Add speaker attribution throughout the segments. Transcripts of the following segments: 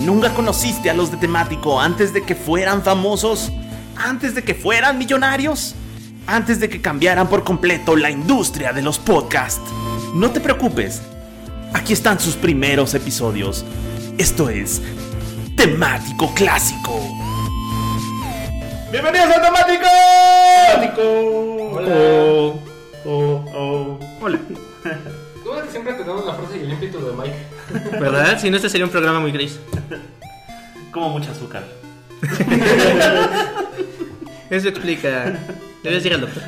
Speaker 1: ¿Nunca conociste a los de temático antes de que fueran famosos? ¿Antes de que fueran millonarios? ¿Antes de que cambiaran por completo la industria de los podcasts? No te preocupes, aquí están sus primeros episodios. Esto es temático clásico.
Speaker 2: Bienvenidos a temático.
Speaker 3: Hola.
Speaker 2: Oh, oh.
Speaker 4: Hola.
Speaker 3: ¿Cómo es que siempre tenemos la frase y el ímpetu de Mike?
Speaker 4: ¿Verdad? Si no, este sería un programa muy gris.
Speaker 2: Como mucha azúcar.
Speaker 4: Eso explica. Debes ir al doctor.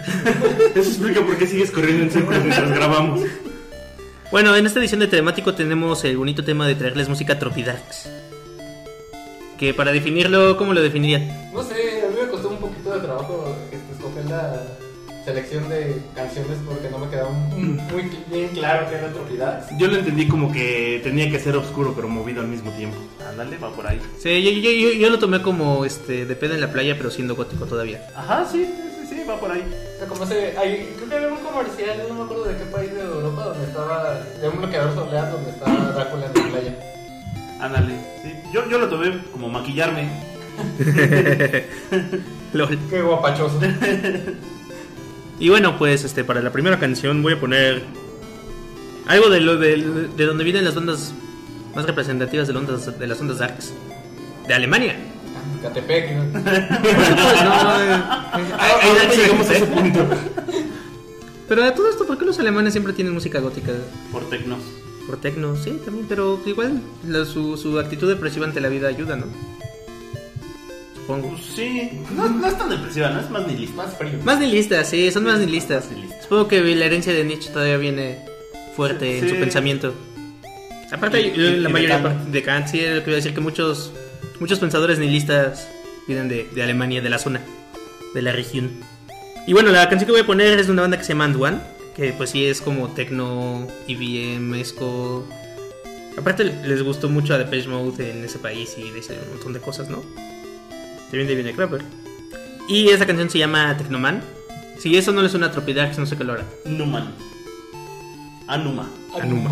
Speaker 2: Eso explica por qué sigues corriendo en círculos mientras grabamos.
Speaker 4: Bueno, en esta edición de Telemático tenemos el bonito tema de traerles música tropidarks. Que para definirlo, ¿cómo lo definirían?
Speaker 3: No sé, a mí me costó un poquito de trabajo este, escoger la selección de canciones porque no me quedaba un-
Speaker 2: Mm.
Speaker 3: muy cl- bien claro que era propiedad.
Speaker 2: Yo lo entendí como que tenía que ser oscuro pero movido al mismo tiempo. Ándale, va por ahí.
Speaker 4: Sí, yo, yo- yo- yo lo tomé como este, de peda en la playa, pero siendo gótico todavía.
Speaker 2: Ajá, sí, sí, sí, va por ahí.
Speaker 3: O sea, como se. Hay, creo que había un comercial, no me acuerdo de qué país de Europa, donde estaba. de un bloqueador soleado donde estaba Drácula en la playa.
Speaker 2: Ándale. Sí. Yo, yo lo tomé como maquillarme.
Speaker 4: Lol.
Speaker 3: Qué guapachoso.
Speaker 4: Y bueno, pues este, para la primera canción voy a poner algo de, lo, de, de donde vienen las ondas más representativas de, las ondas- de las ondas darks. De Alemania.
Speaker 3: Catepec. ¿no? Ah,
Speaker 2: Ahí
Speaker 4: ahí
Speaker 2: llegamos a ese punto.
Speaker 4: Pero de todo esto, ¿por qué los alemanes siempre tienen música gótica?
Speaker 2: Por tecnos.
Speaker 4: Por tecno, sí, también, pero igual la- su, su actitud depresiva ante la vida ayuda, ¿no? Supongo.
Speaker 2: Pues sí. No, no es tan depresiva, no es más nihilista.
Speaker 3: Más frío.
Speaker 4: Más nihilistas, sí, son más nihilistas.
Speaker 2: Más nihilistas.
Speaker 4: Supongo que la herencia de Nietzsche todavía viene fuerte en
Speaker 2: Sí.
Speaker 4: su pensamiento. Aparte,
Speaker 2: Y- y- y
Speaker 4: la
Speaker 2: de
Speaker 4: mayoría
Speaker 2: Kant.
Speaker 4: de Kant, sí, era lo que iba a decir, que muchos, muchos pensadores nihilistas vienen de, de Alemania, de la zona, de la región. Y bueno, la canción que voy a poner es de una banda que se llama Anduan, que pues sí es como techno, EBM, esco. Aparte les gustó mucho a Depeche Mode en ese país y le hicieron un montón de cosas, ¿no? También de viene Kraber. Y esta canción se llama Technoman. Si eso no le suena a Tropidarks, no sé qué lo hará.
Speaker 2: Numan. Anuma.
Speaker 4: Anuma.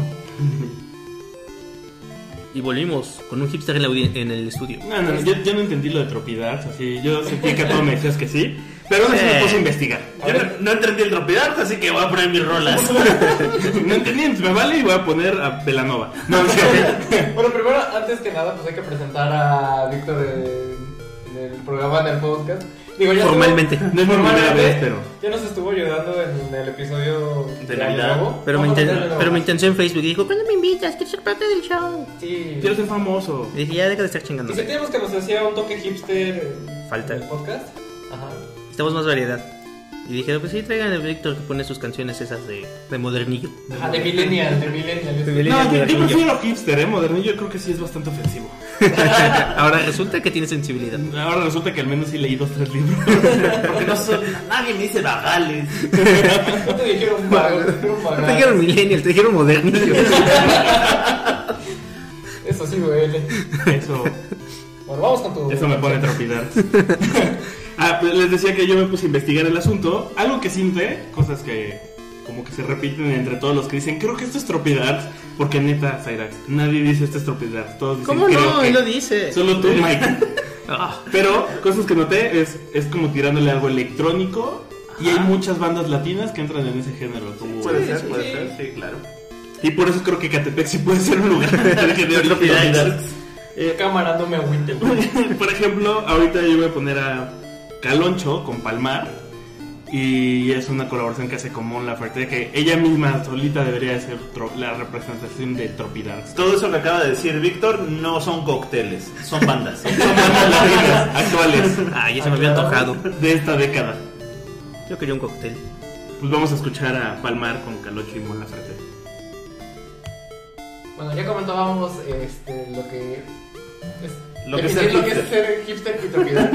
Speaker 4: Y volvimos con un hipster en, la audi- en el estudio.
Speaker 2: No, no, yo, yo no entendí lo de tropidar, así yo sentí que todo me decías que sí, pero aún así
Speaker 4: Sí.
Speaker 2: me puse a investigar.
Speaker 3: A
Speaker 2: Yo no,
Speaker 3: ver.
Speaker 2: no entendí el tropidar, así que voy a poner mis rolas. no entendí, me vale y voy a poner a Belanova. No, no sé.
Speaker 3: Bueno, primero, antes que nada, pues hay que presentar a Víctor en, en el programa del podcast. Digo, ya
Speaker 4: Formalmente.
Speaker 2: No es mi primera vez, pero.
Speaker 3: Ya nos estuvo ayudando en el episodio
Speaker 2: De
Speaker 3: Año
Speaker 2: Navidad.
Speaker 3: Nuevo.
Speaker 4: Pero me,
Speaker 3: Vamos a
Speaker 4: inten-
Speaker 3: hacerlo
Speaker 4: pero me
Speaker 3: más.
Speaker 4: intenció en Facebook y dijo, ¿cuándo me invitas? Quiero ser parte del show.
Speaker 3: Sí.
Speaker 2: Quiero ser famoso.
Speaker 4: Y dije, ya deja de estar chingando.
Speaker 3: Y sentíamos que nos hacía un toque hipster en-
Speaker 4: Falta.
Speaker 3: en el podcast. Ajá.
Speaker 4: Necesitamos más variedad. Y dije, pues sí, traigan el Víctor que pone sus canciones esas de, de modernillo.
Speaker 3: Ajá, de Millennial, de Millennial.
Speaker 4: De Millennial.
Speaker 2: No, yo, yo
Speaker 4: Modernillo.
Speaker 2: prefiero hipster, eh, modernillo, yo creo que sí es bastante ofensivo.
Speaker 4: Ahora resulta que tiene sensibilidad.
Speaker 2: Ahora resulta que al menos sí leí dos, tres libros. Porque no soy, nadie me dice vagales.
Speaker 3: No te dijeron vago, te dijeron vago.
Speaker 4: Te dijeron millennial, te dijeron modernillo.
Speaker 3: Eso sí duele.
Speaker 2: Eso,
Speaker 3: Bueno, vamos con tu.
Speaker 2: eso me pone tropidar. Ah, pues les decía que yo me puse a investigar el asunto. Algo que sí noté, cosas que como que se repiten entre todos los que dicen, creo que esto es tropidar. Porque neta, Cyrax, nadie dice esto es tropidar. Todos dicen,
Speaker 4: ¿Cómo
Speaker 2: creo
Speaker 4: no?
Speaker 2: que".
Speaker 4: Él lo dice.
Speaker 2: Solo tú, Mike.
Speaker 4: Ah,
Speaker 2: Pero cosas que noté es, es como tirándole algo electrónico. Y hay muchas bandas latinas que entran en ese género. Como
Speaker 3: ser, puede ser,
Speaker 1: sí, claro.
Speaker 2: Y por eso creo que Catepec sí puede ser un lugar de género tropidar. Eh,
Speaker 3: Cámara, no me agüite, güey.
Speaker 2: Por ejemplo, ahorita yo voy a poner a Caloncho con Palmar. Y es una colaboración que hace con Mon Laferte, que ella misma solita debería de ser tro- la representación de Tropidarks.
Speaker 5: Todo eso que acaba de decir Víctor no son cócteles, son bandas.
Speaker 2: Son bandas latinas actuales
Speaker 4: ah, ya se me había antojado.
Speaker 2: de esta década.
Speaker 4: Yo quería un cóctel.
Speaker 2: Pues vamos a escuchar a Palmar con Caloncho y Mon Laferte.
Speaker 3: Bueno, ya comentábamos este, lo que es,
Speaker 2: Lo que es
Speaker 3: definir
Speaker 2: ser
Speaker 3: lo que es ser
Speaker 2: hipster.
Speaker 3: hipster y tropical.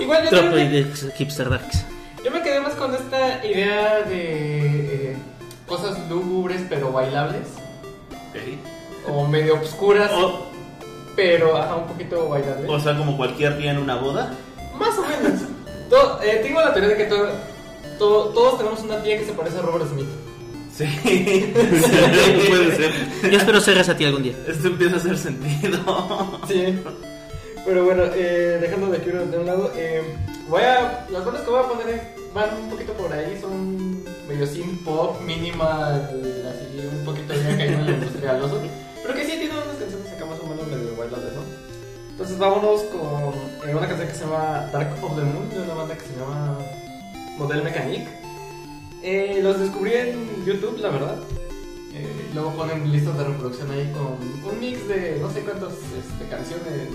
Speaker 3: Igual yo,
Speaker 4: Tropo
Speaker 3: también
Speaker 4: de hipster darks.
Speaker 3: me, yo me quedé más con esta idea de eh, cosas lúgubres pero bailables o medio obscuras
Speaker 5: O,
Speaker 3: pero ajá, un poquito bailables.
Speaker 5: o sea, como cualquier día en una boda.
Speaker 3: Más o menos. To- eh, tengo la teoría de que to- to- todos tenemos una tía que se parece a Robert Smith.
Speaker 2: Sí, sí, puede ser.
Speaker 4: Yo espero ser esa tía algún día.
Speaker 2: Esto empieza a hacer sentido.
Speaker 3: Sí. Pero bueno, eh, dejando de aquí de un lado, eh, voy a. Las bandas que voy a poner eh, van un poquito por ahí, son medio sin pop, minimal, así, un poquito ya que en la industria al oso. Pero que sí tiene unas canciones acá más o menos medio bailables, ¿no? Entonces vámonos con eh, una canción que se llama Dark of the Moon, de una banda que se llama Model Mechanic. Eh, los descubrí en YouTube, la verdad. Eh, luego ponen listas de reproducción ahí con un mix de no sé cuántas este, canciones,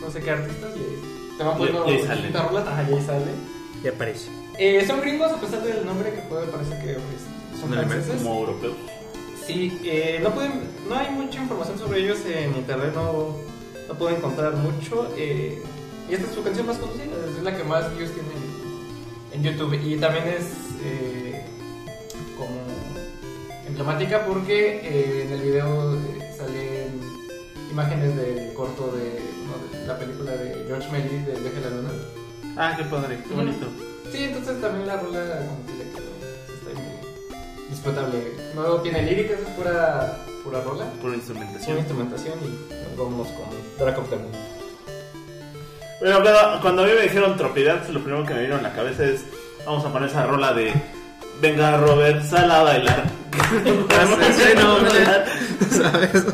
Speaker 3: no sé qué artistas, y ahí te van
Speaker 2: Y-
Speaker 3: poniendo
Speaker 2: y ahí salen.
Speaker 3: distintas rolas, ajá, y ahí sale.
Speaker 4: Ya aparece.
Speaker 3: Eh, son gringos a pesar del nombre que puede parecer que pues, son
Speaker 4: Un elemento
Speaker 3: franceses.
Speaker 2: Como europeo.
Speaker 3: Sí, eh, no, pueden, no hay mucha información sobre ellos en internet, no, no puedo encontrar mucho. eh, y esta es su canción más conocida, es la que más views tiene en YouTube. Y también es eh, como emblemática porque eh, en el video eh, salen imágenes del corto de, no, de la película de George Melly de Viaje a la Luna.
Speaker 2: Ah, qué padre, qué bonito.
Speaker 3: Sí, entonces también la rola como que le quedó. Está muy disfrutable. No tiene líricas, es pura, pura rola.
Speaker 2: Por
Speaker 3: Es una
Speaker 2: instrumentación.
Speaker 3: instrumentación y nos vamos con Draco of the Moon.
Speaker 2: Pero claro, cuando a mí me dijeron Tropidarts, lo primero que me vino en la cabeza es: vamos a poner esa rola de. Venga, Robert, sal a bailar. Ah,
Speaker 4: sí, Ah, no, no sé. ¿Sabes?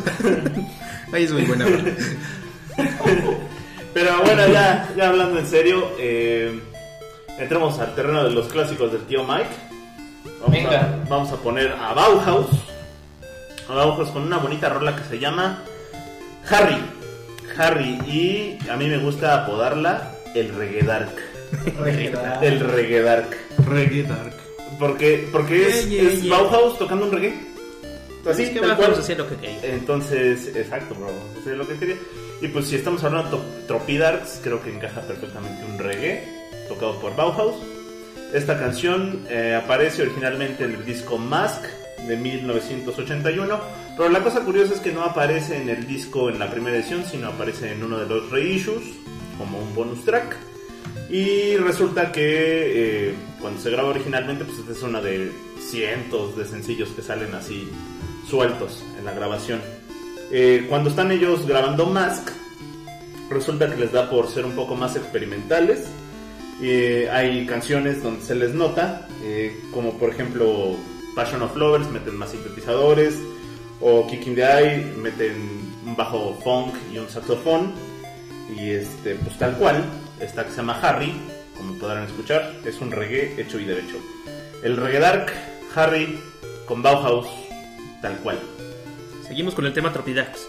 Speaker 4: Ahí es muy buena. bro.
Speaker 2: Pero bueno, ya, ya hablando en serio, eh, entramos al terreno de los clásicos del tío Mike. Vamos,
Speaker 3: Venga.
Speaker 2: A, vamos a poner a Bauhaus. A Bauhaus con una bonita rola que se llama Harry. Harry, y a mí me gusta apodarla el reggae dark.
Speaker 4: Ah.
Speaker 2: El reggae dark.
Speaker 6: Reggae Dark.
Speaker 2: Porque, porque es,
Speaker 4: Yeah, yeah,
Speaker 2: es
Speaker 4: yeah. Pues
Speaker 2: Bauhaus tocando un reggae. Así
Speaker 4: es que
Speaker 2: tal
Speaker 4: vamos
Speaker 2: cual.
Speaker 4: a hacer lo que quería.
Speaker 2: Entonces, exacto, bro. Eso es lo que quería. Y pues si estamos hablando de Tropidarts, creo que encaja perfectamente un reggae tocado por Bauhaus. Esta canción eh, aparece originalmente en el disco Mask de 1981, pero la cosa curiosa es que no aparece en el disco en la primera edición, sino aparece en uno de los reissues como un bonus track. Y resulta que eh, cuando se graba originalmente, pues esta es una de cientos de sencillos que salen así sueltos en la grabación. Eh, cuando están ellos grabando Mask, resulta que les da por ser un poco más experimentales. Eh, hay canciones donde se les nota, eh, como por ejemplo Passion of Lovers, meten más sintetizadores, o Kicking the Eye, meten un bajo funk y un saxofón. Y este, pues tal cual, esta que se llama Harry, como podrán escuchar, es un reggae hecho y derecho. El reggae dark, Harry, con Bauhaus, tal cual.
Speaker 4: Seguimos con el tema Tropidax.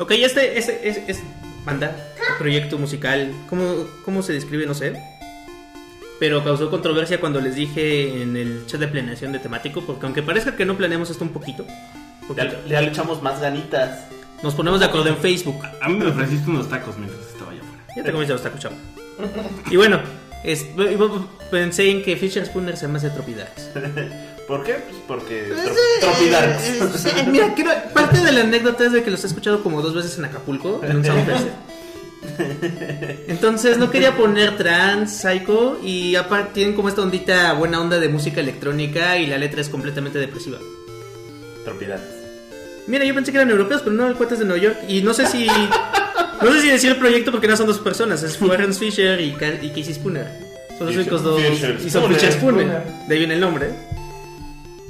Speaker 4: Ok, este es, es, es banda, proyecto musical. ¿Cómo, ¿Cómo se describe? No sé. Pero causó controversia cuando les dije en el chat de planeación de temático, porque aunque parezca que no planeamos esto un poquito,
Speaker 2: Ya,
Speaker 4: poquito,
Speaker 2: le- ya le echamos más ganitas.
Speaker 4: nos ponemos de acuerdo en Facebook.
Speaker 6: A mí me ofreciste unos tacos mientras estaba allá afuera.
Speaker 4: Ya te comiste los tacos, chavo. Y bueno, es- pensé en que Fisher Spooner se me hace Tropidax.
Speaker 2: ¿Por qué? Pues porque tro- Tropidarks.
Speaker 4: Eh, Mira, creo- parte de la anécdota es de que los he escuchado como dos veces en Acapulco, en un Soundfest. Entonces no quería poner trans, psycho, y aparte tienen como esta ondita buena onda de música electrónica y la letra es completamente depresiva.
Speaker 2: Tropidarks.
Speaker 4: Mira, yo pensé que eran europeos, pero no, el cuate es de Nueva York. Y no sé si. No sé si decir el proyecto porque no son dos personas. Es Warren Fisher y, Ca- y Casey Spooner. Son los
Speaker 2: Fisher-
Speaker 4: únicos dos.
Speaker 2: Fisher
Speaker 4: y son
Speaker 2: Spooner.
Speaker 4: Fisher Spooner.
Speaker 3: Spooner.
Speaker 4: De ahí viene el nombre.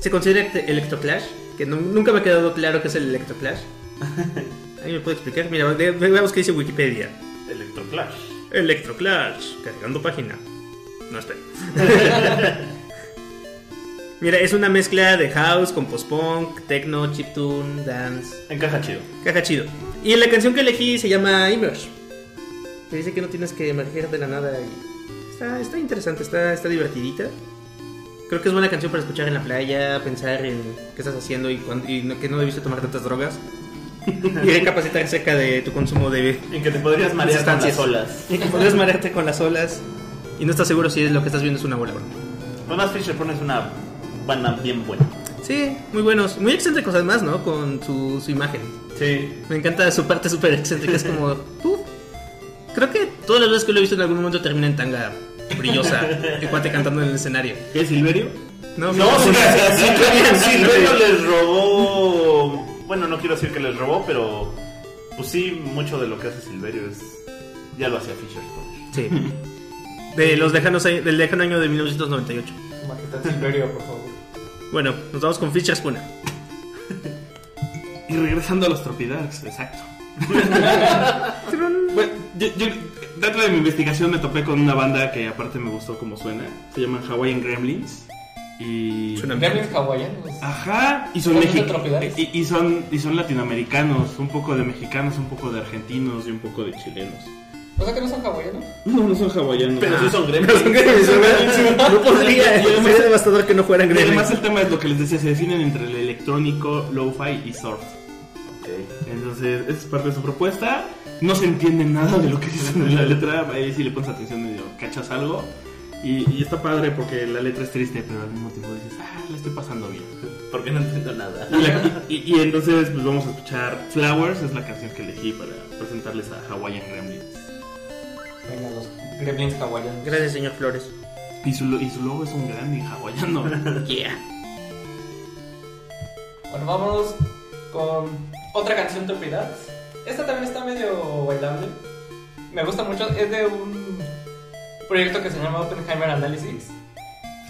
Speaker 4: Se considera elect- Electroclash. Que nu- nunca me ha quedado claro qué es el Electroclash. ¿Alguien me puede explicar? Mira, ve- ve- veamos qué dice Wikipedia.
Speaker 2: Electroclash.
Speaker 4: Electroclash. Cargando página. No espera. Mira, es una mezcla de house con post-punk, techno, chiptune, dance.
Speaker 2: Encaja chido.
Speaker 4: Caja chido. Y la canción que elegí se llama Emerge. Te dice que no tienes que emerger de la nada y está, está interesante, está, está divertidita. Creo que es buena canción para escuchar en la playa, pensar en qué estás haciendo y, cuán- y no- que no debiste tomar tantas drogas. Y recapacitar acerca de tu consumo de
Speaker 2: En que te podrías marear con las
Speaker 4: Sustancias.
Speaker 2: olas.
Speaker 4: y que podrías marearte con las olas y no estás seguro si es lo que estás viendo es una bola. o no.
Speaker 2: Además, Pues Fisher pones una banda bien buena.
Speaker 4: Sí, muy buenos, muy excéntricos además, ¿no? Con su, su imagen.
Speaker 2: Sí.
Speaker 4: Me encanta su parte súper excéntrica, es como... "Uf". Creo que todas las veces que lo he visto en algún momento termina en tanga brillosa, el cuate cantando en el escenario.
Speaker 6: ¿Qué, Silverio?
Speaker 4: No,
Speaker 2: No, sí,
Speaker 4: fíjate.
Speaker 2: sí, sí, Silvio- Silvio les robó. Bueno, no quiero decir que les robó, pero. Pues sí, mucho de lo que hace Silverio es. Ya lo hacía Fisher. Splash.
Speaker 4: Sí. De los lejanos, a- del lejano año de 1998.
Speaker 3: Su majestad Silverio, por favor.
Speaker 4: Bueno, nos vamos con Fisher Spuna.
Speaker 6: Y regresando a los Tropidarks, exacto. bueno, yo, yo, dentro de mi investigación me topé con una banda que aparte me gustó como suena. Se llaman Hawaiian Gremlins. Y...
Speaker 4: Suena
Speaker 3: Gremlins hawaianos.
Speaker 6: Ajá, y Ah, son
Speaker 3: ¿Son de
Speaker 6: mexicanos.
Speaker 3: Tropidarks?
Speaker 6: Y, y son, y son latinoamericanos, un poco de mexicanos, un poco de argentinos y un poco de chilenos.
Speaker 3: O sea que no son hawaianos.
Speaker 6: No, no son hawaianos. Ah.
Speaker 2: Pero sí son
Speaker 4: Ah. No son gremlins, ¿verdad? No podría.
Speaker 6: Y además-
Speaker 4: Sería devastador que no fueran
Speaker 6: Y además
Speaker 4: gremlins.
Speaker 6: el tema es lo que les decía, se definen entre el electrónico, lo-fi y surf. Entonces, esa es parte de su propuesta. No se entiende nada de lo que dicen en la letra. Ahí si le pones atención medio cachas algo. Y, y está padre porque la letra es triste, pero al mismo tiempo dices, ah, la estoy pasando bien.
Speaker 2: Porque no entiendo nada.
Speaker 6: Y, la- y- y- y entonces, pues vamos a escuchar Flowers, es la canción que elegí para presentarles a Hawaiian Gremlins.
Speaker 3: Venga, los gremlins hawaianos.
Speaker 4: Gracias, señor Flores.
Speaker 6: Y su, lo- y su logo es un gremlin hawaiano.
Speaker 4: Yeah.
Speaker 3: Bueno, vámonos con otra canción Tropidad. Esta también está medio bailable. Me gusta mucho. Es de un proyecto que se llama Oppenheimer Analysis.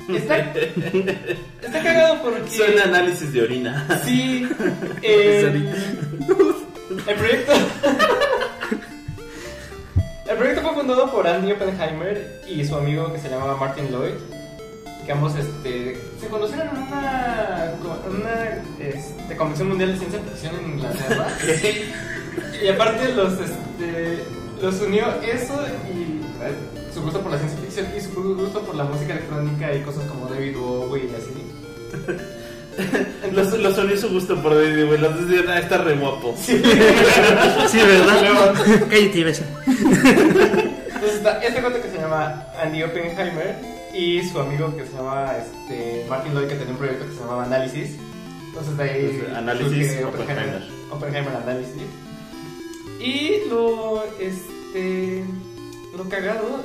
Speaker 3: Está, está cagado porque.
Speaker 2: Suena análisis de orina.
Speaker 3: Sí. El, el proyecto. El proyecto fue fundado por Andy Oppenheimer y su amigo que se llamaba Martin Lloyd. Que ambos este, se conocieron en una, en una este, convención mundial de ciencia ficción en Inglaterra. y aparte los, este, los unió eso y eh, su gusto por la ciencia ficción y su gusto por la música electrónica y cosas como David Bowie y así.
Speaker 2: Los, los unió su gusto por David Bowie. Los decían, ah, está re guapo.
Speaker 4: Sí, ¿verdad? Cállate y besa.
Speaker 3: Entonces está este cuento que se llama Andy Oppenheimer y su amigo que se llama este, Martin Lloyd que tenía un proyecto que se llamaba Análisis. Entonces de ahí
Speaker 2: Entonces, Análisis,
Speaker 3: surge
Speaker 2: Oppenheimer.
Speaker 3: Oppenheimer Análisis. Y lo este lo cagado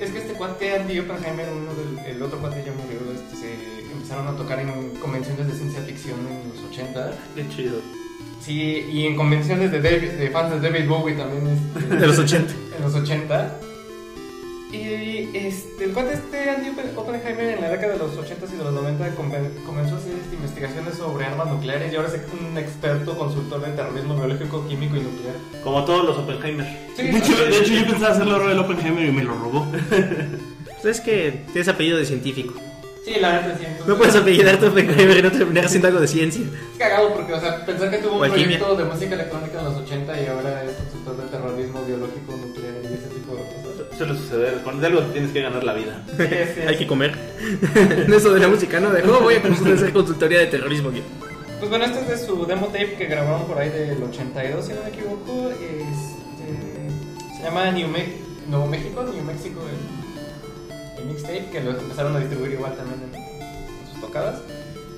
Speaker 3: es que este cuate Andy Oppenheimer, uno del el otro cuate ya murió, este, se empezaron a tocar en convenciones de ciencia ficción en los 80.
Speaker 2: Qué chido.
Speaker 3: Sí, y en convenciones de, David- de fans de David Bowie también. este,
Speaker 4: De los 80.
Speaker 3: en los 80. Y este, el cuate este Andy Oppen- Oppenheimer en la década de los 80 y de los 90 conven- comenzó a hacer este, investigaciones sobre armas nucleares y ahora es un experto consultor de terrorismo biológico, químico y nuclear.
Speaker 2: Como todos los Oppenheimer.
Speaker 3: Sí,
Speaker 6: De hecho, de hecho, yo pensaba hacerlo ahora del Oppenheimer y me lo robó.
Speaker 4: Pues es que tienes apellido de científico.
Speaker 3: sí, la verdad sí. entonces-
Speaker 4: No puedes apellidarte Oppenheimer y no terminar haciendo algo de ciencia.
Speaker 3: Es cagado porque, o sea, pensar que tuvo un
Speaker 4: O alquimia.
Speaker 3: proyecto de música electrónica en los 80 y ahora es consultor de terrorismo biológico, nuclear y ese tipo de cosas.
Speaker 2: Suele suceder. Con algo te tienes que ganar la vida.
Speaker 3: Sí, sí,
Speaker 4: Hay
Speaker 3: sí.
Speaker 4: que comer. Eso de la música, ¿no? De "Oh, voy a comenzar a hacer consultoría de terrorismo. yo".
Speaker 3: Pues bueno, este es de su demo tape que grabaron por ahí del 82, si no me equivoco. Este, se llama New, Me- Nuevo México, New Mexico, el, el mixtape, que lo empezaron a distribuir igual también en, en sus tocadas.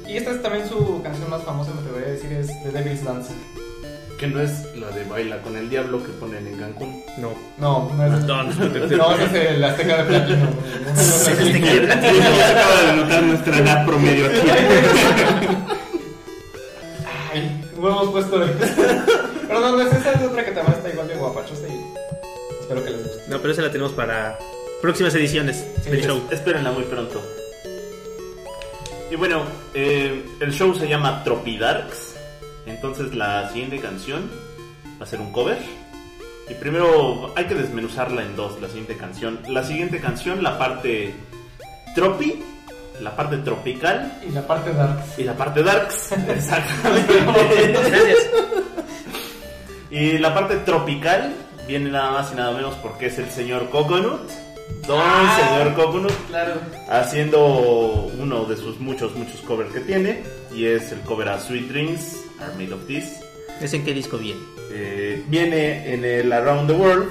Speaker 3: Y esta es también su canción más famosa, me atrevería a decir, es The Devil's Dancer.
Speaker 2: Que no es la de baila con el diablo que ponen en Cancún.
Speaker 4: No.
Speaker 3: No, no es.
Speaker 4: No, no, no, no.
Speaker 3: No, ese es el Azteca de Platino.
Speaker 6: Sí, se acaba de notar nuestra edad promedio aquí.
Speaker 3: Ay, huevos puesto. de- Pero no, no es esa, es otra que también está igual de guapachosa y espero que les guste.
Speaker 4: No, pero esa la tenemos para próximas ediciones
Speaker 3: Sí,
Speaker 4: del
Speaker 3: es-
Speaker 4: show.
Speaker 2: Espérenla muy pronto. Y bueno, eh, el show se llama Tropidarks. Entonces la siguiente canción va a ser un cover. Y primero hay que desmenuzarla en dos, la siguiente canción. La siguiente canción, la parte tropi, la parte tropical
Speaker 3: Y la parte dark.
Speaker 2: y la parte darks. Exactamente.
Speaker 4: Gracias.
Speaker 2: Y la parte tropical viene nada más y nada menos porque es el señor Coconut. Don
Speaker 3: Ah.
Speaker 2: señor Coconut
Speaker 3: Claro.
Speaker 2: haciendo uno de sus muchos, muchos covers que tiene. Y es el cover a Sweet Dreams, Are Made of This.
Speaker 4: ¿Es en qué disco viene?
Speaker 2: Eh, viene en el Around the World,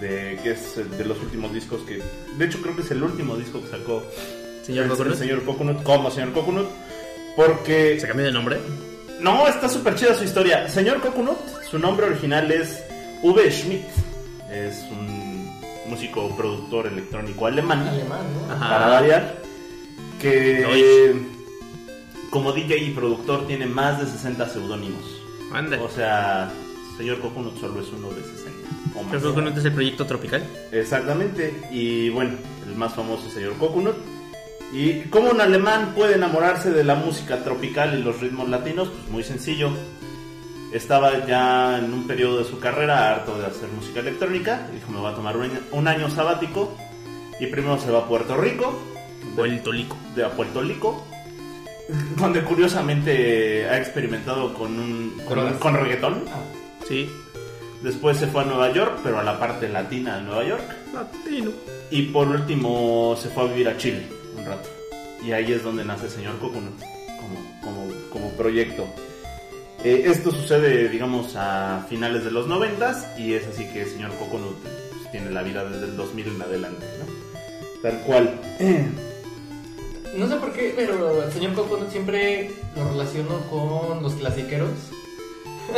Speaker 2: de, que es de los últimos discos que... De hecho creo que es el último disco que sacó
Speaker 4: Señor
Speaker 2: el
Speaker 4: Coconut.
Speaker 2: señor Coconut como señor Coconut. Porque
Speaker 4: ¿Se cambió de nombre?
Speaker 2: No, está súper chida su historia. Señor Coconut, su nombre original es V. Schmidt. Es un músico productor electrónico alemán,
Speaker 3: Alemán, ¿no?
Speaker 2: para variar, que
Speaker 4: Oye.
Speaker 2: eh, como DJ y productor tiene más de 60 seudónimos.
Speaker 4: Anda.
Speaker 2: O sea, señor Coconut solo es uno de 60. o más.
Speaker 4: Creo que Coconut es el proyecto tropical.
Speaker 2: Exactamente. Y bueno, el más famoso es señor Coconut. ¿Y cómo un alemán puede enamorarse de la música tropical y los ritmos latinos? Pues muy sencillo. Estaba ya en un periodo de su carrera harto de hacer música electrónica. Dijo, me va a tomar un año- un año sabático. Y primero se va a Puerto Rico
Speaker 4: Vuelto lico.
Speaker 2: de a Puerto Rico, donde curiosamente ha experimentado con un con,
Speaker 3: Drogas.
Speaker 2: con reggaetón.
Speaker 4: Sí.
Speaker 2: Después se fue a Nueva York, pero a la parte latina de Nueva York.
Speaker 4: Latino.
Speaker 2: Y por último se fue a vivir a Chile un rato. Y ahí es donde nace el señor Coconut como, como, como proyecto. Eh, esto sucede, digamos, a finales de los noventas y es así que el señor Coconut pues, tiene la vida desde el 2000 en adelante, ¿no? Tal cual.
Speaker 3: No sé por qué, pero el señor Coconut siempre lo relaciono con los clasiqueros.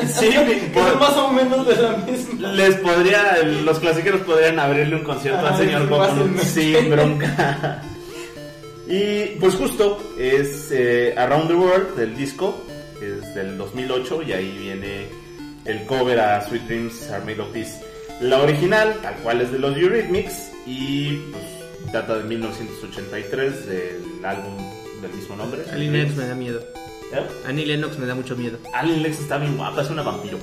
Speaker 2: Sí,
Speaker 3: Que son más o menos de la misma.
Speaker 2: Les podría, los clasiqueros podrían abrirle un concierto al
Speaker 3: Ay,
Speaker 2: señor Coconut
Speaker 3: fácilmente.
Speaker 2: sin bronca. Y pues justo es eh, Around the World del disco, es del 2008 y ahí viene el cover a Sweet Dreams Are Made of This. La original, tal cual es de los Eurythmics y pues data de 1983 del álbum del mismo nombre.
Speaker 4: Ali Lennox me da miedo.
Speaker 2: ¿Eh?
Speaker 4: Annie Lennox me da mucho miedo.
Speaker 2: Alien Lex está bien guapa, es una vampiro.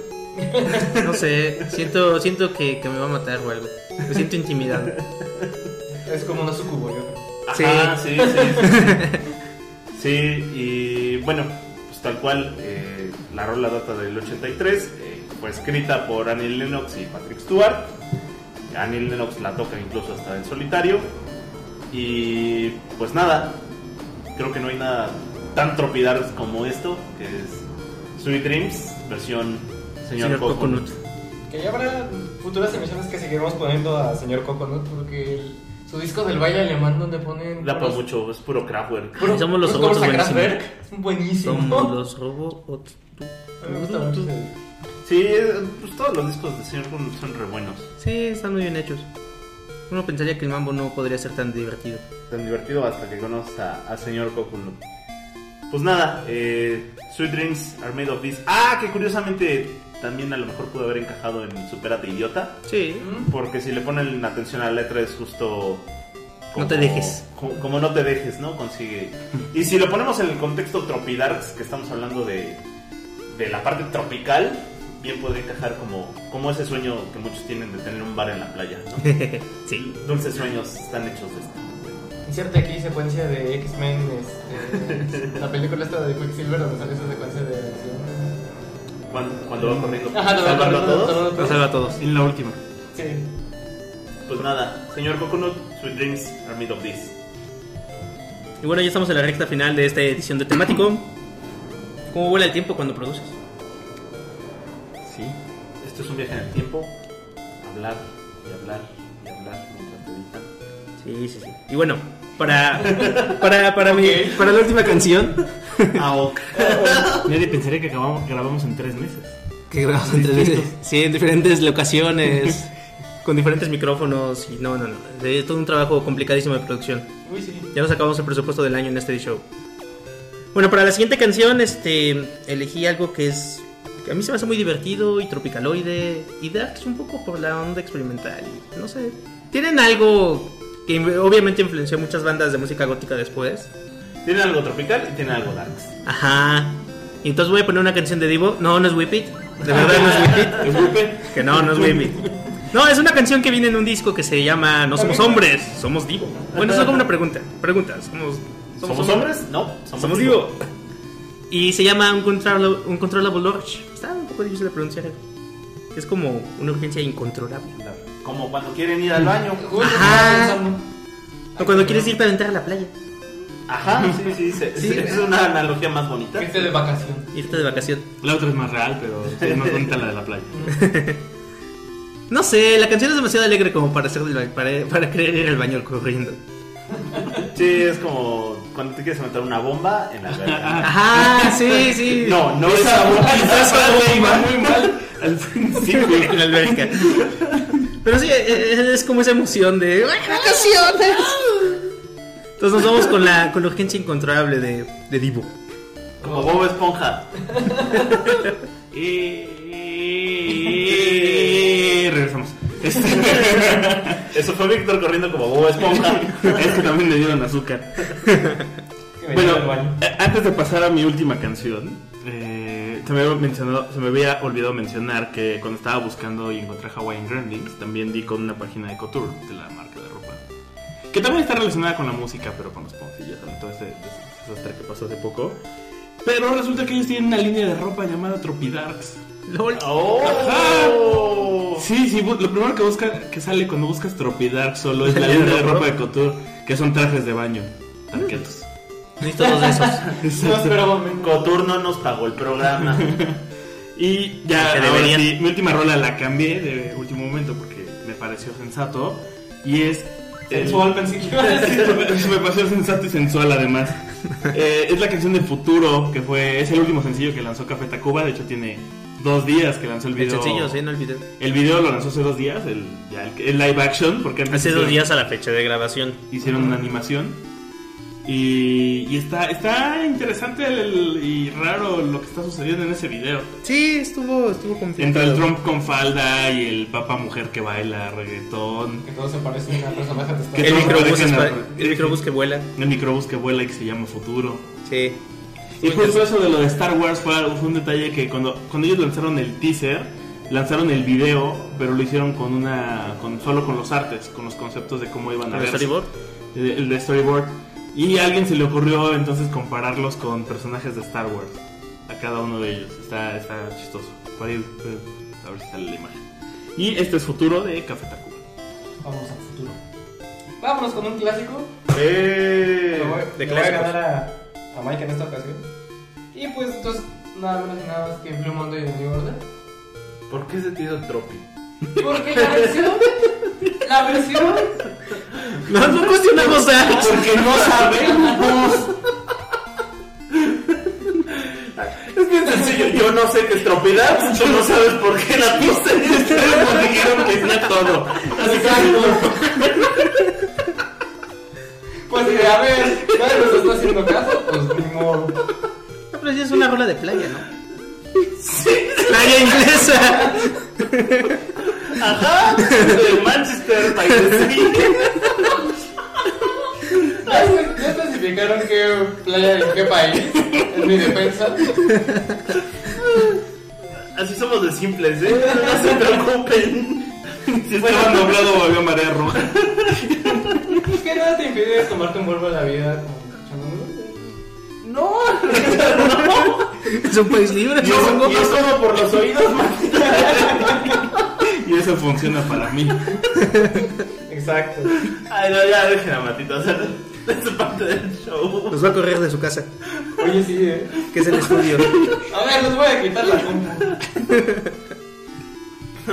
Speaker 4: No sé, siento, siento que, que me va a matar o algo. Me siento intimidado.
Speaker 3: Es como una sucubo, yo creo.
Speaker 2: Ajá, sí, sí. Sí, sí. Sí, y bueno, pues tal cual, eh, la rola data del 83, eh, fue escrita por Annie Lennox y Patrick Stewart. Annie Lennox la toca incluso hasta en solitario. Y pues nada, creo que no hay nada tan tropidar como esto, que es Sweet Dreams, versión Señor,
Speaker 4: Señor
Speaker 2: Coconut.
Speaker 4: Coconut.
Speaker 3: Que ya habrá futuras emisiones que seguiremos poniendo a señor Coconut porque el- su disco del baile alemán donde ponen.
Speaker 2: Da para
Speaker 3: puros-
Speaker 2: mucho, es puro Kraftwerk.
Speaker 3: puros-
Speaker 4: Somos los
Speaker 3: puros
Speaker 4: robots
Speaker 3: Kraftwerk.
Speaker 4: buenísimos.
Speaker 3: Buenísimo.
Speaker 4: Somos los robots.
Speaker 3: A mí me gusta mucho ese-
Speaker 2: Sí, eh, pues todos los discos de Señor Coconut son re buenos.
Speaker 4: Sí, están muy bien hechos. Uno pensaría que el mambo no podría ser tan divertido.
Speaker 2: tan divertido hasta que conoces a, al señor Coconut. Pues nada, eh, Sweet Dreams are made of this. Ah, que curiosamente también a lo mejor pudo haber encajado en Superate Idiota.
Speaker 4: Sí.
Speaker 2: Porque si le ponen atención a la letra es justo.
Speaker 4: No te dejes.
Speaker 2: Como, como no te dejes, ¿no? Consigue. Y si lo ponemos en el contexto Tropidarks, que estamos hablando de, de la parte tropical, bien podría encajar como, como ese sueño que muchos tienen de tener un bar en la playa, ¿no?
Speaker 4: sí.
Speaker 2: Dulces sueños están hechos de esto.
Speaker 3: Inserte aquí secuencia de X-Men, este, la película esta de Quicksilver donde sale esa secuencia de acción.
Speaker 2: Cuando, cuando va corriendo.
Speaker 3: Ajá, lo
Speaker 2: salvando a todos.
Speaker 4: Nos salva a todos.
Speaker 6: En la última.
Speaker 3: Sí.
Speaker 2: Pues nada, señor Coconut, Sweet Dreams are made of this.
Speaker 4: Y bueno, ya estamos en la recta final de esta edición de temático. ¿Cómo vuela el tiempo cuando produces?
Speaker 2: Sí. Esto es un viaje en el tiempo. Hablar y hablar y hablar mientras te editan.
Speaker 4: Sí, sí, sí. Y bueno, para para para mí,
Speaker 6: Para la última canción. Ah, ok. Nadie pensaría que acabamos, grabamos en tres meses.
Speaker 7: Que grabamos en tres veces. Sí, en diferentes locaciones.
Speaker 4: con diferentes micrófonos y no, no, no, es todo un trabajo complicadísimo de producción.
Speaker 3: Uy, sí.
Speaker 4: Ya nos acabamos el presupuesto del año en este show. Bueno, para la siguiente canción, este, elegí algo que es que a mí se me hace muy divertido y tropicaloide y darks un poco por la onda experimental. y No sé, tienen algo que obviamente influenció muchas bandas de música gótica después.
Speaker 2: Tiene algo tropical y tiene algo darks.
Speaker 4: Ajá. Y entonces voy a poner una canción de Divo. No, no es Whip It. De verdad no es Whip It.
Speaker 6: Es Lupe.
Speaker 4: Que no, no es Whip It. No, es una canción que viene en un disco que se llama No somos hombres, somos Divo. Bueno, eso es como una pregunta. Pregunta, somos
Speaker 2: ¿Somos, hombres? No, somos,
Speaker 4: Somos Divo. Y se llama Uncontrollable, Uncontrollable Urge. Está un poco difícil de pronunciar. Es como una urgencia incontrolable.
Speaker 2: Como cuando quieren ir al baño.
Speaker 3: Uy,
Speaker 4: Ajá.
Speaker 3: estaba pensando.
Speaker 4: O cuando quieres irte a aventar a la playa.
Speaker 2: Ajá, sí, sí, sí,
Speaker 4: Sí.
Speaker 2: Es una analogía más bonita.
Speaker 3: Irte de vacación.
Speaker 4: Irte de vacación.
Speaker 6: La otra es más real, pero sí, es más bonita la de la playa.
Speaker 4: No sé, la canción es demasiado alegre como para, hacer del ba- para, para querer ir al baño corriendo.
Speaker 2: Sí, es como cuando te quieres meter una bomba en la alberca.
Speaker 4: Ajá, sí, sí.
Speaker 2: No, no es la bomba.
Speaker 6: Me iba muy mal al principio.
Speaker 4: en la alberca. Pero sí, eh, eh, es como esa emoción de "¡Ay, vacaciones. Entonces nos vamos con la, con la urgencia incontrolable de, de Divo.
Speaker 2: Como Bob Esponja.
Speaker 6: Y regresamos.
Speaker 2: Eso fue Víctor corriendo como Bob Esponja.
Speaker 6: Es que también le dieron azúcar. Bueno, eh, antes de pasar a mi última canción, eh, se, me había mencionado- se me había olvidado mencionar que cuando estaba buscando y encontré Hawaiian Grandings, también di con una página de Couture, de la marca de ropa, que también está relacionada con la música, pero con los punks y ya saben, todo ese ese desastre que pasó hace poco. Pero resulta que ellos tienen una línea de ropa llamada Tropidarks.
Speaker 4: LOL.
Speaker 2: ¡Oh!
Speaker 6: Sí, sí, bu- lo primero que busca, que sale cuando buscas Tropidark solo es la línea de ropa de Couture, que son trajes de baño, tarquetos.
Speaker 4: Necesito dos de esos.
Speaker 3: No esperaba menos.
Speaker 2: Cotur no nos pagó el programa.
Speaker 6: Y ya,
Speaker 4: Que
Speaker 6: ahora
Speaker 4: deberían.
Speaker 6: sí, mi última rola la cambié de último momento porque me pareció sensato. Y es. el-
Speaker 3: Sensual, pensé que iba a decir.
Speaker 6: me pareció sensato y sensual además. Eh, es la canción de Futuro, que fue. Es el último sencillo que lanzó Café Tacuba. De hecho, tiene dos días que lanzó el
Speaker 4: El
Speaker 6: video.
Speaker 4: sencillo, sí, no el video.
Speaker 6: El video lo lanzó hace dos días, el, ya el- el live action, porque antes
Speaker 4: Hace dos
Speaker 6: hicieron-
Speaker 4: días a la fecha de grabación.
Speaker 6: hicieron una animación. Y, y está, está interesante el- el- y raro lo que está sucediendo en ese video.
Speaker 4: Sí, estuvo, estuvo
Speaker 6: Entre el
Speaker 4: conflictuado.
Speaker 6: Trump con falda y el papá mujer que baila reggaetón.
Speaker 3: Que todo se parece a una personaje de
Speaker 6: Que
Speaker 4: El
Speaker 6: todo se
Speaker 4: microbús,
Speaker 6: parece
Speaker 4: es
Speaker 6: a
Speaker 4: pa-
Speaker 6: una-
Speaker 4: el microbús que vuela.
Speaker 6: El microbús que vuela y que se llama Futuro.
Speaker 4: Sí.
Speaker 6: Y justo eso de lo de Star Wars fue, algo- fue un detalle que cuando, cuando ellos lanzaron el teaser, lanzaron el video, pero lo hicieron con una con solo con los artes, con los conceptos de cómo iban a
Speaker 4: ¿Con el
Speaker 6: ver.
Speaker 4: storyboard?
Speaker 6: el, eh, el de storyboard. Y a alguien se le ocurrió entonces compararlos con personajes de Star Wars. A cada uno de ellos. Está, está chistoso. Por ahí, eh, a ver si sale la imagen. Y este es futuro de Café Tacuba.
Speaker 3: Vamos al futuro. Vámonos con un clásico.
Speaker 2: ¡Eh!
Speaker 3: Le voy, le voy
Speaker 4: de
Speaker 3: a
Speaker 4: clásicos.
Speaker 3: ganar a, a Mike en esta ocasión. Y pues entonces, nada menos y nada más que Blue Monday de New Order.
Speaker 2: ¿Por qué se tira Tropi?
Speaker 3: Porque la versión. La versión.
Speaker 4: No, no cuestionamos a.
Speaker 6: Porque no sabemos.
Speaker 2: Es bien sencillo, yo no sé qué es Tropidad, tú no sabes por qué la puse. Ustedes nos dijeron que está todo. Así que
Speaker 3: Pues sí, a ver, nadie nos está haciendo caso, pues ni modo.
Speaker 4: Pero sí es una rola de playa, ¿no? Playa inglesa.
Speaker 2: Ajá, de Manchester, by the sea.
Speaker 3: Ya espe- ya especificaron qué playa en qué país, en mi defensa. Pues,
Speaker 2: Así somos de simples, ¿eh? No se preocupen.
Speaker 6: Si estaban doblado, volvió marea roja.
Speaker 3: Pues que nada te impide tomarte un vuelvo a la vida como escuchando
Speaker 2: No,
Speaker 4: Es un país libre.
Speaker 2: yo
Speaker 4: supongo.
Speaker 2: yo como por los oídos, man.
Speaker 6: Y eso funciona para mí.
Speaker 3: Exacto.
Speaker 2: Ay, no, ya dejen a Matito hacer es parte del show.
Speaker 4: Nos va a correr de su casa,
Speaker 3: Oye, sí, eh.
Speaker 4: que es el estudio.
Speaker 3: A ver, les voy a quitar la compu.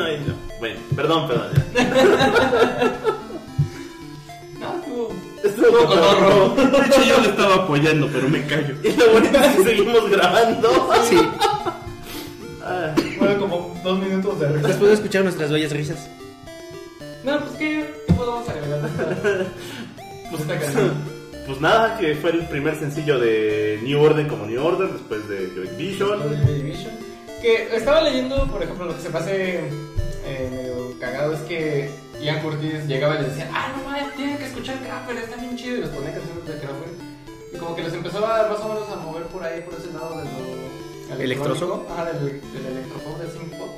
Speaker 2: Ay, no. Bueno, perdón, perdón. ya.
Speaker 3: No, estuvo.
Speaker 2: Estuvo cotorro.
Speaker 6: De hecho, yo le estaba apoyando, pero me callo.
Speaker 2: Y lo bonito es que seguimos grabando.
Speaker 4: Sí.
Speaker 2: Ah,
Speaker 3: Fueron como dos minutos de risa.
Speaker 4: Después de escuchar nuestras bellas risas.
Speaker 3: No, pues qué, qué podemos agregar. Pues esta canción.
Speaker 2: Pues nada, que fue el primer sencillo de New Order como New Order, después de Joy
Speaker 3: Lo
Speaker 2: Division.
Speaker 3: del Joy Division. Que estaba leyendo, por ejemplo, lo que se me hace eh, medio cagado es que Ian Curtis llegaba y le decía, ah, no mames, tienen que escuchar Crapper, está bien chido. Y les ponía canciones de Crapper. Y como que los empezaba más o menos a mover por ahí, por ese lado de lo.
Speaker 4: ¿Electroshock?
Speaker 3: electrónico. Ajá, del, del electropop, del synth pop.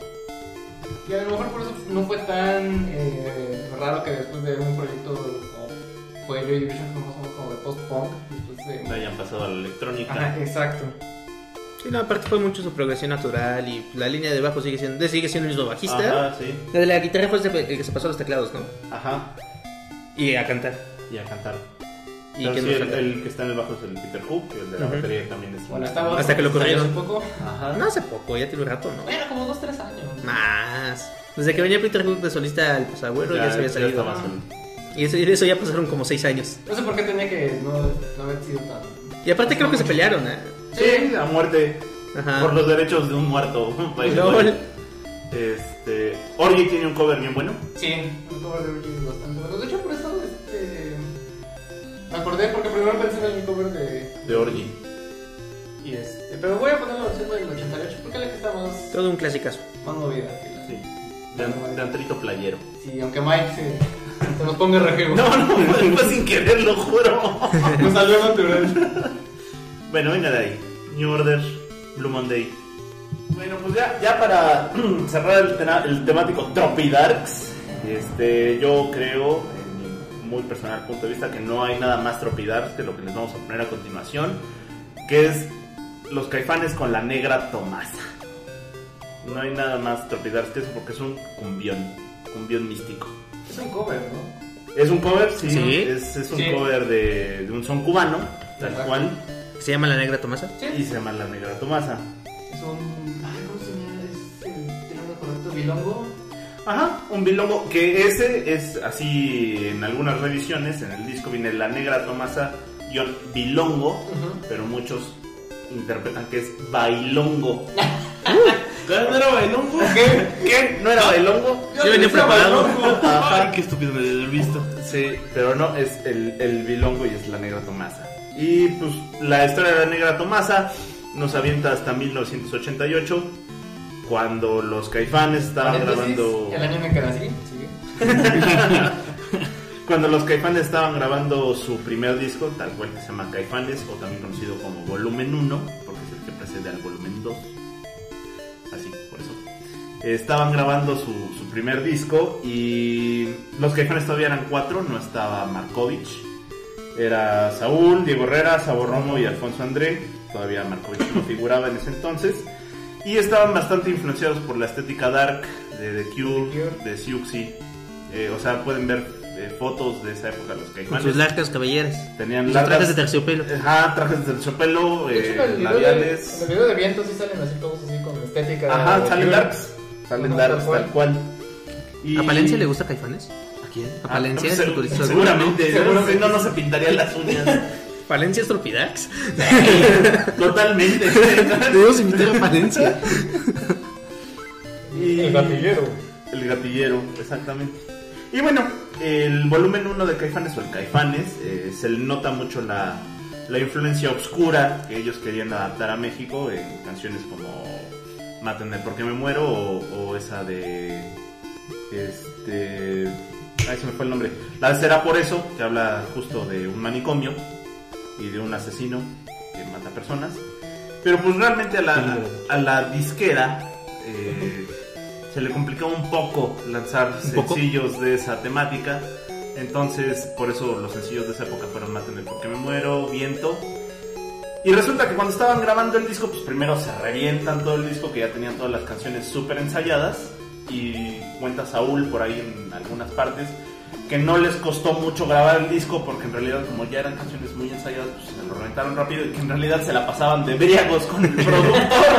Speaker 3: Y a lo mejor por eso no fue tan eh, raro que después de un proyecto como fue Joy Division, como, como de post-punk, después de.
Speaker 2: Me hayan pasado a la electrónica.
Speaker 3: Ajá, exacto.
Speaker 4: Sí, no, aparte fue mucho su progresión natural y la línea de bajo sigue siendo, sigue siendo el mismo bajista.
Speaker 2: Ajá, sí.
Speaker 4: La de la guitarra fue el que se pasó a los teclados, ¿no?
Speaker 2: Ajá.
Speaker 4: Y a cantar.
Speaker 2: Y a cantar.
Speaker 4: Y
Speaker 2: Pero
Speaker 4: que
Speaker 2: sí,
Speaker 4: nos
Speaker 2: el,
Speaker 4: canta.
Speaker 2: el que está en el bajo es el Peter Hook, y el de la
Speaker 4: Ujú.
Speaker 2: batería también es
Speaker 3: Bueno, estaba
Speaker 4: Hasta que lo corrieron.
Speaker 3: un poco.
Speaker 2: Ajá.
Speaker 4: No hace poco, ya tiene un rato, ¿no?
Speaker 3: Bueno, como dos, tres años.
Speaker 4: Más. Desde que venía Peter Hook de solista al pasagüero ya, se había salido.
Speaker 2: estaba
Speaker 3: ¿no?
Speaker 2: solito.
Speaker 4: y eso, y de eso ya pasaron como seis años.
Speaker 3: No sé por qué tenía que no, no haber sido tan.
Speaker 4: Y aparte creo que se pelearon, ¿eh?
Speaker 2: Sí, a muerte.
Speaker 4: Ajá.
Speaker 2: Por los derechos de un muerto. by the
Speaker 4: Ah. LOL.
Speaker 2: way. Este. Orgy tiene un cover bien bueno.
Speaker 3: Sí, un cover de Origins bastante bueno. De hecho, por eso este, Me acordé porque primero pensé en el cover de.
Speaker 2: de Orgy.
Speaker 3: Y este. Pero voy a poner la versión del 88 porque es la que está más,
Speaker 4: Todo un clasicazo.
Speaker 3: más movida. que la-
Speaker 2: Sí. De, an- de antrito playero.
Speaker 3: Sí, aunque Mike se, se nos ponga rejego. Pues,
Speaker 2: No, no, fue, fue sin querer, lo juro.
Speaker 3: Nos salió natural.
Speaker 2: Bueno, venga de ahí. New Order, Blue Monday. Bueno, pues ya, ya para cerrar el, tena- el temático Tropidarks, este, yo creo, en mi muy personal punto de vista, que no hay nada más Tropidarks que lo que les vamos a poner a continuación, que es los caifanes con la negra Tomasa. No hay nada más Tropidarks que eso porque es un cumbión, cumbión místico.
Speaker 3: Es un cover, ¿no?
Speaker 2: Es un cover, sí,
Speaker 4: Sí.
Speaker 2: Es, es un
Speaker 3: Sí.
Speaker 2: cover de, de un son cubano, tal
Speaker 3: Exacto.
Speaker 2: cual,
Speaker 4: Se llama La Negra Tomasa.
Speaker 2: y se llama la negra Tomasa.
Speaker 3: Es un. Ay, ¿cómo se llama? Es el término correcto, bilongo.
Speaker 2: Ajá, un bilongo que ese es así en algunas revisiones, en el disco viene la negra Tomasa guión bilongo,
Speaker 3: Ujú.
Speaker 2: pero muchos interpretan que es bailongo.
Speaker 6: ¿No era bailongo?
Speaker 2: ¿Qué? ¿No era bailongo?
Speaker 4: Yo venía preparado.
Speaker 6: Ah, Ay, qué estúpido me he visto.
Speaker 2: Sí, pero no, es el, el bilongo y es la negra Tomasa. Y pues la historia de la negra Tomasa nos avienta hasta 1988, cuando los caifanes estaban
Speaker 3: Paréntesis,
Speaker 2: grabando...
Speaker 3: El año en el que nací, sí.
Speaker 2: Cuando los Caifanes estaban grabando su primer disco, tal cual que se llama Caifanes, o también conocido como Volumen 1, porque es el que precede al Volumen 2. Así, por eso. Eh, Estaban grabando su, su primer disco y los Caifanes todavía eran cuatro, no estaba Markovich. Era Saúl, Diego Herrera, Sabor Romo y Alfonso André. Todavía Markovich no figuraba en ese entonces. Y estaban bastante influenciados por la estética dark de The Cure,
Speaker 3: Cure.
Speaker 2: de Siuxi. Eh, o sea, pueden ver eh, fotos de esa época los
Speaker 4: Con sus
Speaker 2: caifanes.
Speaker 4: largas cabelleras.
Speaker 2: Tenían
Speaker 4: Sus trajes de
Speaker 2: largas... Eh,
Speaker 4: terciopelo.
Speaker 2: Ajá, trajes de terciopelo,
Speaker 3: De hecho,
Speaker 2: eh,
Speaker 3: en el video de, en
Speaker 2: labiales.
Speaker 3: el video de viento sí salen así todos así con estética.
Speaker 2: Ajá,
Speaker 3: de-
Speaker 2: salen darks. Salen
Speaker 3: Ajá,
Speaker 2: darks,
Speaker 3: tal cual.
Speaker 2: tal cual. Y-
Speaker 4: ¿A Palencia le gusta Caifanes?
Speaker 2: ¿A quién?
Speaker 4: A Palencia,
Speaker 2: Ah,
Speaker 4: es
Speaker 2: pues,
Speaker 4: el turista.
Speaker 2: Seguramente,
Speaker 3: Seguramente.
Speaker 2: Si no, no se pintaría las uñas.
Speaker 4: ¿Palencia es Tropidax?
Speaker 2: Totalmente.
Speaker 7: Debemos invitar a Palencia.
Speaker 2: Y-
Speaker 3: El gatillero.
Speaker 2: El gatillero, exactamente. Y bueno, el volumen 1 de Caifanes o el Caifanes, eh, se le nota mucho la, la influencia oscura que ellos querían adaptar a México en canciones como Mátenme porque me muero o, o esa de... Este... Ahí se me fue el nombre. La de Será por eso, que habla justo de un manicomio y de un asesino que mata personas. Pero pues realmente a la, a la disquera eh, se le complicaba un poco lanzar
Speaker 4: ¿Un poco?
Speaker 2: sencillos de esa temática. Entonces, por eso los sencillos de esa época fueron Mátenme porque me muero, Viento. Y resulta que cuando estaban grabando el disco, pues primero se revientan todo el disco, que ya tenían todas las canciones súper ensayadas. Y cuenta Saúl por ahí en algunas partes que no les costó mucho grabar el disco porque en realidad como ya eran canciones muy ensayadas pues se lo reventaron rápido y que en realidad se la pasaban de briagos con el productor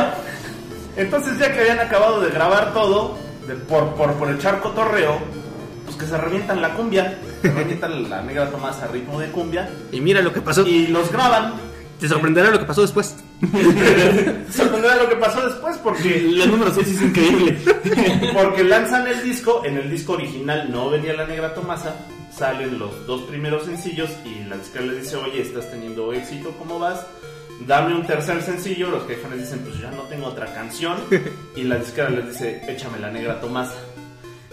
Speaker 2: entonces ya que habían acabado de grabar todo de- por, por, por el charco torreo pues que se revientan la cumbia se revientan la negra Tomás a ritmo de cumbia
Speaker 4: Y mira lo que pasó.
Speaker 2: y los graban
Speaker 4: Te sorprenderá lo que pasó después.
Speaker 2: sorprenderá lo que pasó después porque
Speaker 6: La número 6 es increíble.
Speaker 2: Porque lanzan el disco, en el disco original no venía la negra Tomasa, salen los dos primeros sencillos y la chica les dice, oye, estás teniendo éxito, ¿cómo vas? Dame un tercer sencillo, los caifanes dicen, pues ya no tengo otra canción, y la disquera les dice, échame la negra Tomasa.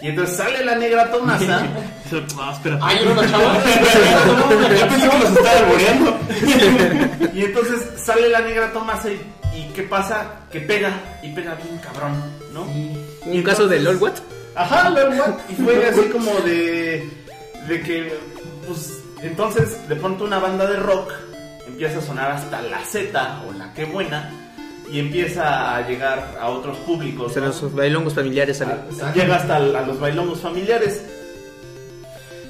Speaker 2: Y entonces sale la negra Tomasa,
Speaker 6: Ah, espera.
Speaker 3: Ay, era una chava.
Speaker 6: Yo pensé que los estaba alboreando.
Speaker 2: y entonces sale la negra Tomasa y, y ¿qué pasa? Que pega, y pega bien cabrón, ¿no?
Speaker 4: Un caso de LOL, ¿what?
Speaker 2: Ajá, Lord Watt. Y fue así como de. de que. Pues entonces, de pronto, una banda de rock empieza a sonar hasta la Z o la que buena. Y empieza a llegar a otros públicos.
Speaker 4: Se
Speaker 2: ¿no?
Speaker 4: los bailongos familiares salen.
Speaker 2: Ah, Llega hasta al- a los bailongos familiares.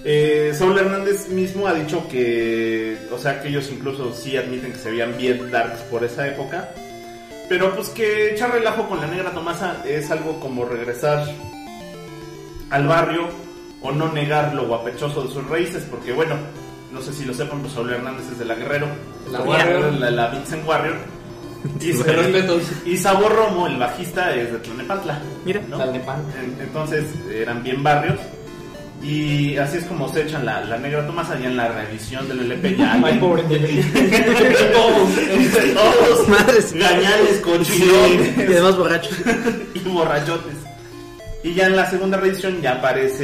Speaker 2: Eh, Saúl Hernández mismo ha dicho que, o sea, que ellos incluso sí admiten que se veían bien darks por esa época. Pero pues que echar relajo con la negra Tomasa es algo como regresar al barrio o no negar lo guapechoso de sus raíces, porque bueno, no sé si lo sepan, pues Saúl Hernández es de la Guerrero,
Speaker 3: La
Speaker 2: la,
Speaker 3: Warrior.
Speaker 2: la, la Vincent Warrior. Y,
Speaker 3: Te respeto.
Speaker 2: y Sabor Romo, el bajista, es de Tlanepantla.
Speaker 4: Mira.
Speaker 2: ¿no?
Speaker 3: Sal de pan.
Speaker 2: En- Entonces eran bien barrios. Y así es como se echan la, la negra Tomasa ya en la reedición del LP ya. alguien-
Speaker 3: pobre
Speaker 2: Todos, este, todos,
Speaker 4: Madres.
Speaker 2: gañanes, cochinones
Speaker 4: Y además borracho.
Speaker 2: y borrachotes. Y ya en la segunda reedición ya aparece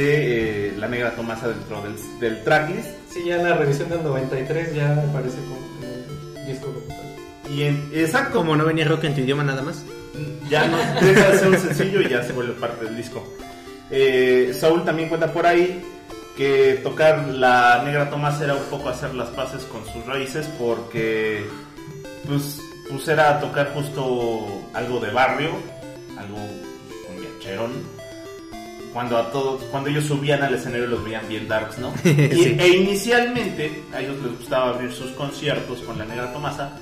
Speaker 2: eh, la negra Tomasa dentro del, del tracklist.
Speaker 3: Sí, ya la revisión del 93 ya me parece como el disco como tal.
Speaker 2: Y en- exacto,
Speaker 4: Como no venía rock en tu idioma nada más.
Speaker 2: ya no deja de ser un sencillo y ya se vuelve parte del disco. Eh, Saúl también cuenta por ahí que tocar la Negra Tomás era un poco hacer las paces con sus raíces porque pues, pues era tocar justo algo de barrio, algo con viacherón. Cuando a todos, cuando ellos subían al escenario los veían bien darks, ¿no? Y-
Speaker 4: Sí.
Speaker 2: E inicialmente a ellos les gustaba abrir sus conciertos con la Negra Tomasa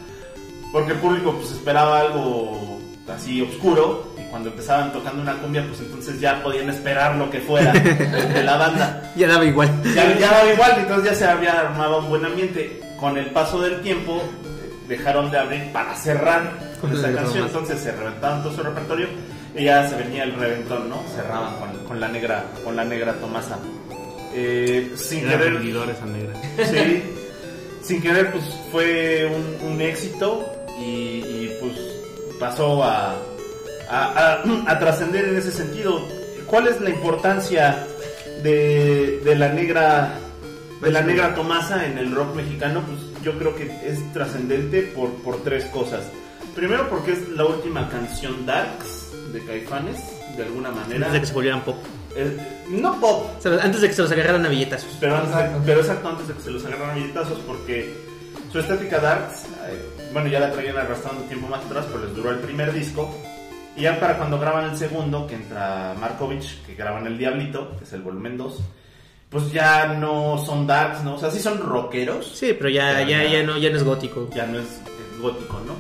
Speaker 2: porque el público pues esperaba algo así oscuro y cuando empezaban tocando una cumbia pues entonces ya podían esperar lo que fuera de la banda.
Speaker 4: Ya daba igual.
Speaker 2: Ya, ya daba igual, entonces ya se había armado un buen ambiente. Con el paso del tiempo eh, dejaron de abrir para cerrar con esa canción, entonces se reventaban todo su repertorio y ya se venía el reventón, ¿no? Cerraban con, con la negra, con la negra Tomasa. Eh, sin
Speaker 6: Eran
Speaker 2: querer
Speaker 6: rendidores a negra.
Speaker 2: Sí. Sin querer, pues fue un, un éxito y, y, pues pasó a, a- a- a trascender en ese sentido. ¿Cuál es la importancia de, de la negra de la negra Tomasa en el rock mexicano? Pues yo creo que es trascendente por, por tres cosas. Primero porque es la última canción Darks de Caifanes, de alguna manera.
Speaker 4: Antes de que se volvieran pop.
Speaker 2: Eh, no pop,
Speaker 4: O sea, antes de que se los agarraran a billetazos.
Speaker 2: pero, antes de-
Speaker 3: Exacto.
Speaker 2: pero exacto antes de que se los agarraran a billetazos porque su estética Darks, eh, bueno, ya la traían arrastrando tiempo más atrás, pero les duró el primer disco. Y ya para cuando graban el segundo, que entra Markovich, que graban El Diablito, que es el volumen 2, pues ya no son Darks, ¿no? O sea, sí son rockeros,
Speaker 4: Sí, pero ya,
Speaker 2: Pero
Speaker 4: ya,
Speaker 2: ya-
Speaker 4: ya no, ya no es gótico.
Speaker 2: ya no es eh, gótico, ¿no?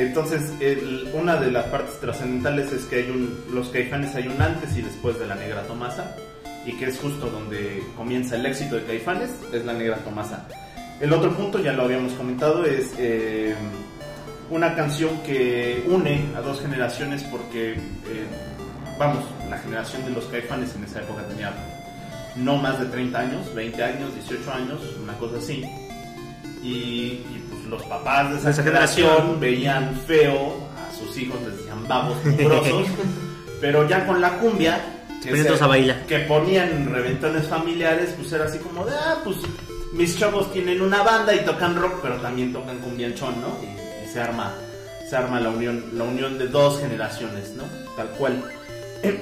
Speaker 2: Entonces, el- una de las partes trascendentales es que hay un, los caifanes hay un antes y después de la Negra Tomasa, y que es justo donde comienza el éxito de caifanes, es la Negra Tomasa. El otro punto, ya lo habíamos comentado, es eh, una canción que une a dos generaciones porque, eh, vamos, la generación de los caifanes en esa época tenía no más de 30 años, 20 años, 18 años, una cosa así. Y, y, pues los papás de esa,
Speaker 4: De esa
Speaker 2: generación,
Speaker 4: generación.
Speaker 2: veían feo a sus hijos, les decían babos mugrosos, pero ya con la cumbia, que
Speaker 4: Ponían
Speaker 2: se-
Speaker 4: todos a bailar.
Speaker 2: que ponían reventones familiares, pues era así como de, ah, pues mis chavos tienen una banda y tocan rock, pero también tocan cumbianchón, ¿no? Y, y se arma, se arma la unión, la unión de dos generaciones, ¿no? Tal cual.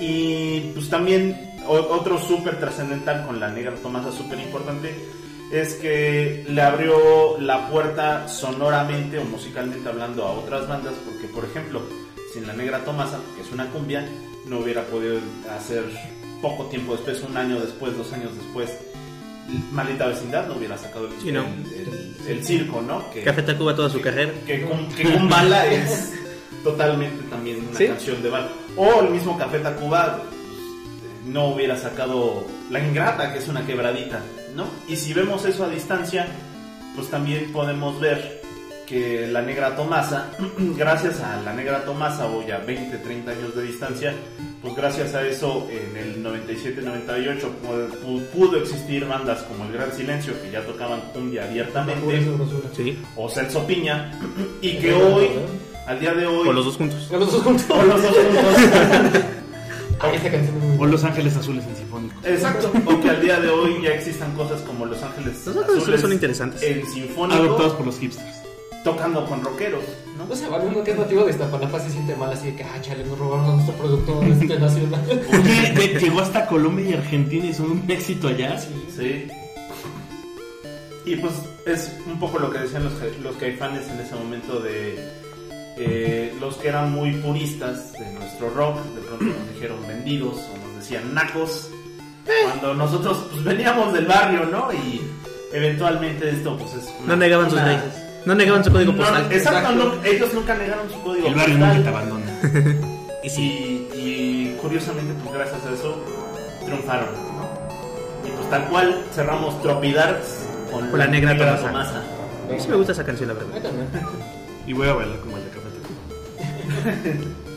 Speaker 2: y pues también o- otro súper trascendental con la negra Tomasa, súper importante, es que le abrió la puerta sonoramente o musicalmente hablando a otras bandas, porque por ejemplo, sin la Negra Tomasa, que es una cumbia, no hubiera podido hacer poco tiempo después, un año después, dos años después, Malita Vecindad no hubiera sacado el,
Speaker 4: Sí, no.
Speaker 2: el- el- el circo, ¿no? Que,
Speaker 4: Café Tacuba toda su
Speaker 2: que-
Speaker 4: carrera.
Speaker 2: Que, con- que con bala es totalmente también una
Speaker 4: ¿Sí?
Speaker 2: canción de bala. O el mismo Café Tacuba pues, no hubiera sacado La Ingrata, que es una quebradita, ¿no? Y si vemos eso a distancia, pues también podemos ver que la Negra Tomasa, gracias a la Negra Tomasa, hoy a 20, 30 años de distancia, pues gracias a eso en el 97-98 pu- pu- pudo existir bandas como El Gran Silencio, que ya tocaban cumbia abiertamente
Speaker 4: Sí,
Speaker 2: o Celso Piña y que hoy, al día de hoy,
Speaker 4: o los dos juntos.
Speaker 3: Los dos juntos.
Speaker 2: o los dos juntos,
Speaker 3: Ay, esa canción es muy
Speaker 6: O
Speaker 3: buena.
Speaker 6: Los Ángeles Azules en Sinfónico.
Speaker 2: exacto, o que al día de hoy ya existan cosas como Los Ángeles
Speaker 4: Los Ángeles Azules son interesantes.
Speaker 2: en sinfónico,
Speaker 6: Ah, Adoptados por los hipsters.
Speaker 2: tocando con rockeros, ¿no?
Speaker 3: No sé, alguno que es nativo de Iztapalapa se siente mal así de que, ah, chale, nos robaron nuestro producto este, nacional.
Speaker 6: Oye, de- llegó hasta Colombia y Argentina y son un éxito allá.
Speaker 2: Sí. Y pues es un poco lo que decían los, ca- los caifanes en ese momento de eh, los que eran muy puristas de nuestro rock, de pronto nos dijeron vendidos o nos decían nacos, cuando nosotros pues veníamos del barrio, ¿no? Y eventualmente esto pues es... una-
Speaker 4: No negaban sus
Speaker 2: una-
Speaker 4: raíces. pues, No negaban su código
Speaker 2: No,
Speaker 4: postal.
Speaker 2: exacto, no, ellos nunca negaron su código
Speaker 6: El barrio
Speaker 2: postal.
Speaker 6: nunca te abandona.
Speaker 2: Y, y curiosamente, pues gracias a eso, triunfaron. ¿no? Y pues tal cual cerramos Tropidarts con
Speaker 4: Con la negra Tomasa.
Speaker 2: Tomasa.
Speaker 4: Sí me gusta esa canción, la verdad.
Speaker 3: Ay, también.
Speaker 6: Y voy a bailar como el de Café Tacuba.